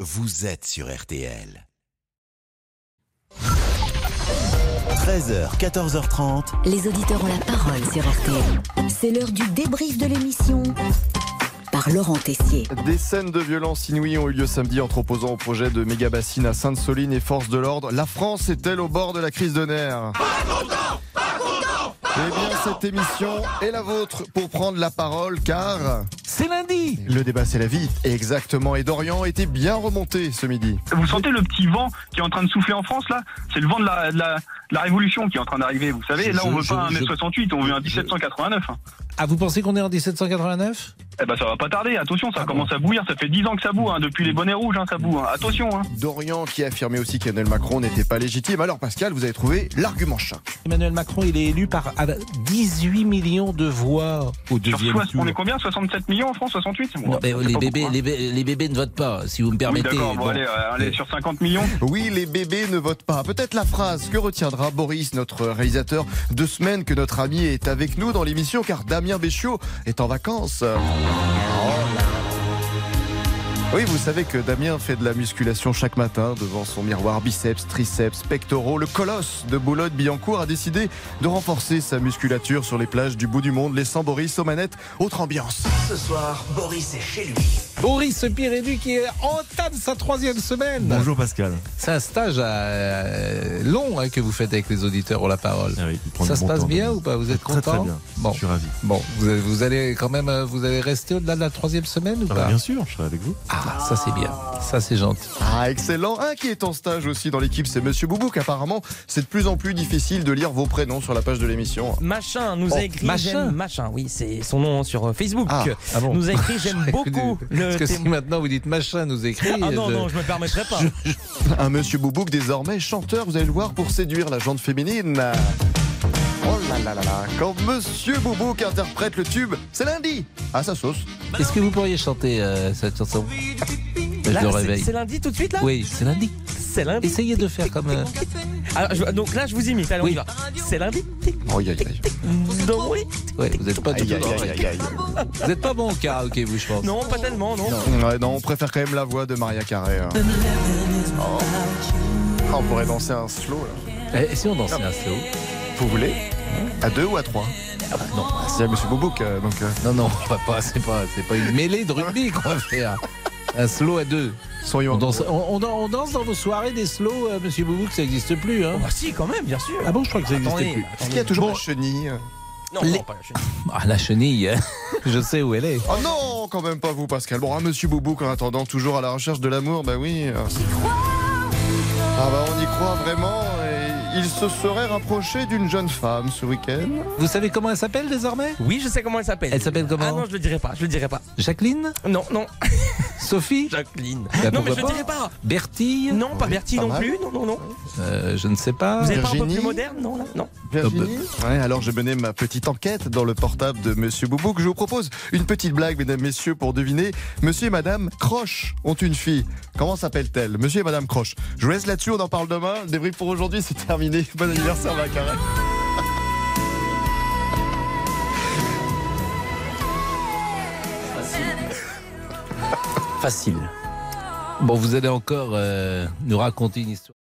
vous êtes sur RTL. 13h, 14h30. Les auditeurs ont la parole sur RTL. C'est l'heure du débrief de l'émission par Laurent Tessier. Des scènes de violence inouïes ont eu lieu samedi entre opposants au projet de méga bassine à Sainte-Soline et forces de l'ordre. La France est-elle au bord de la crise de nerfs Eh bien, cette émission est la vôtre pour prendre la parole car C'est lundi le débat c'est la vie. Exactement. Et Dorian était bien remonté ce midi. Vous sentez le petit vent qui est en train de souffler en France là C'est le vent de la, de la- de la révolution qui est en train d'arriver, vous savez. Je- là, on je- veut pas un je- M68, on veut un je- 1789. hein. Ah, vous pensez qu'on est en 1789 Eh ben, ça va pas tarder. Attention, Ah ça commence à bouillir. Ça fait 10 ans que ça boue, hein, depuis les bonnets rouges, hein, ça boue. hein. Attention. Hein. Dorian qui affirmait aussi qu'Emmanuel Macron n'était pas légitime. Alors Pascal, vous avez trouvé l'argument choc. Emmanuel Macron, il est élu par ah, 18 millions de voix au Sur deuxième soi- tour. on est combien 67 millions en France 68 Non, Moi, mais euh, ben, je sais les, pas bébés, pourquoi. les, bé- les bébés ne votent pas, si vous me Oui, permettez. d'accord, bon, Bon. allez, euh, allez, sur 50 millions. Oui, les bébés ne votent pas. Peut-être la phrase que retiendra Boris, notre réalisateur, deux semaines que notre ami est avec nous dans l'émission car Damien Béchiot est en vacances. Oh Oui, vous savez que Damien fait de la musculation chaque matin devant son miroir biceps, triceps, pectoraux. Le colosse de Boulogne-Billancourt a décidé de renforcer sa musculature sur les plages du bout du monde, laissant Boris aux manettes. Autre ambiance. Ce soir, Boris est chez lui. Boris Pirédu qui est entame sa troisième semaine. Bonjour Pascal. C'est un stage euh, long hein, que vous faites avec les auditeurs ont la parole. Ah oui, il prend Ça du se bon passe temps, bien Damien. ou pas Vous êtes Très, content très bien. Bon, Je suis ravi. bon, vous, allez- vous allez quand même, euh, vous allez rester au-delà de la troisième semaine ou Ah bah, pas bien sûr, je serai avec vous. Ah, ça c'est bien, ça c'est gentil. Ah, excellent. Un qui est en stage aussi dans l'équipe, c'est Monsieur Boubouk. Apparemment, c'est de plus en plus difficile de lire vos prénoms sur la page de l'émission. Machin nous Oh, a écrit Machin. j'aime machin oui c'est son nom sur euh, Facebook Ah, ah bon. nous a écrit j'aime beaucoup le Parce que si témoin maintenant vous dites machin nous écrit. ah non je- non je me permettrai pas Un Monsieur Boubouk, désormais chanteur, vous allez le voir pour séduire la gente féminine. Oh là là là là. Quand Monsieur Boubouk interprète le tube, c'est lundi, à sa sauce. Est-ce que vous pourriez chanter euh, cette chanson Je Là, le c'est- réveille. c'est lundi tout de suite là Oui, c'est lundi. c'est lundi Essayez de faire comme. euh, Alors, je- donc là je vous imite allez on Oui. y va c'est lundi Oh, aïe, aïe, aïe. non, oui. ouais, vous n'êtes pas du Aïe, tout. aïe, aïe, aïe, aïe. Vous n'êtes pas bon au karaoké, vous, je pense. non pas tellement non, Ouais, non, on préfère quand même la voix de Maria Carré. hein. Oh. Ah, on pourrait danser un slow, là. Eh, Et si on dansait un slow Vous voulez À deux ou à trois Ah, bah Non, c'est à Monsieur Boubouk, euh, donc... euh, Non, non, on va pas, c'est pas, c'est pas une mêlée de rugby qu'on va faire. Un slow à deux. Soyons On danse, on, on dan- on danse dans vos soirées des slows, euh, monsieur Boubou, que ça n'existe plus. Hein. Ah, si quand même bien sûr Ah bon, je crois que ça n'existe Attendez, plus. Est-ce qu'il y a toujours la chenille non, Les- non, pas, je- Ah, la chenille, hein. je sais où elle est. Oh non, quand même pas vous, Pascal. Bon, ah, monsieur Boubouk, en attendant, toujours à la recherche de l'amour, bah oui. Ah bah on y croit vraiment. Et il se serait rapproché d'une jeune femme ce week-end. Vous savez comment elle s'appelle désormais oui je sais comment elle s'appelle Elle s'appelle comment ah non je le dirai pas je le dirai pas Jacqueline non non Sophie Jacqueline Bah, non mais pourquoi je le pas dirai pas Bertille non pas Bertie pas non mal. plus non non non Euh, Je ne sais pas. vous êtes pas un peu Virginie plus moderne non là non Virginie Ah bah. Ouais, alors j'ai mené ma petite enquête dans le portable de monsieur Boubouk. Je vous propose une petite blague, mesdames, messieurs, pour deviner. Monsieur et madame Croche ont une fille. Comment s'appelle-t-elle Monsieur et madame Croche. Je vous laisse là-dessus, on en parle demain. Le débrief pour aujourd'hui, c'est terminé. Bon anniversaire, Maria Carré. Facile. Bon, vous allez encore euh, nous raconter une histoire.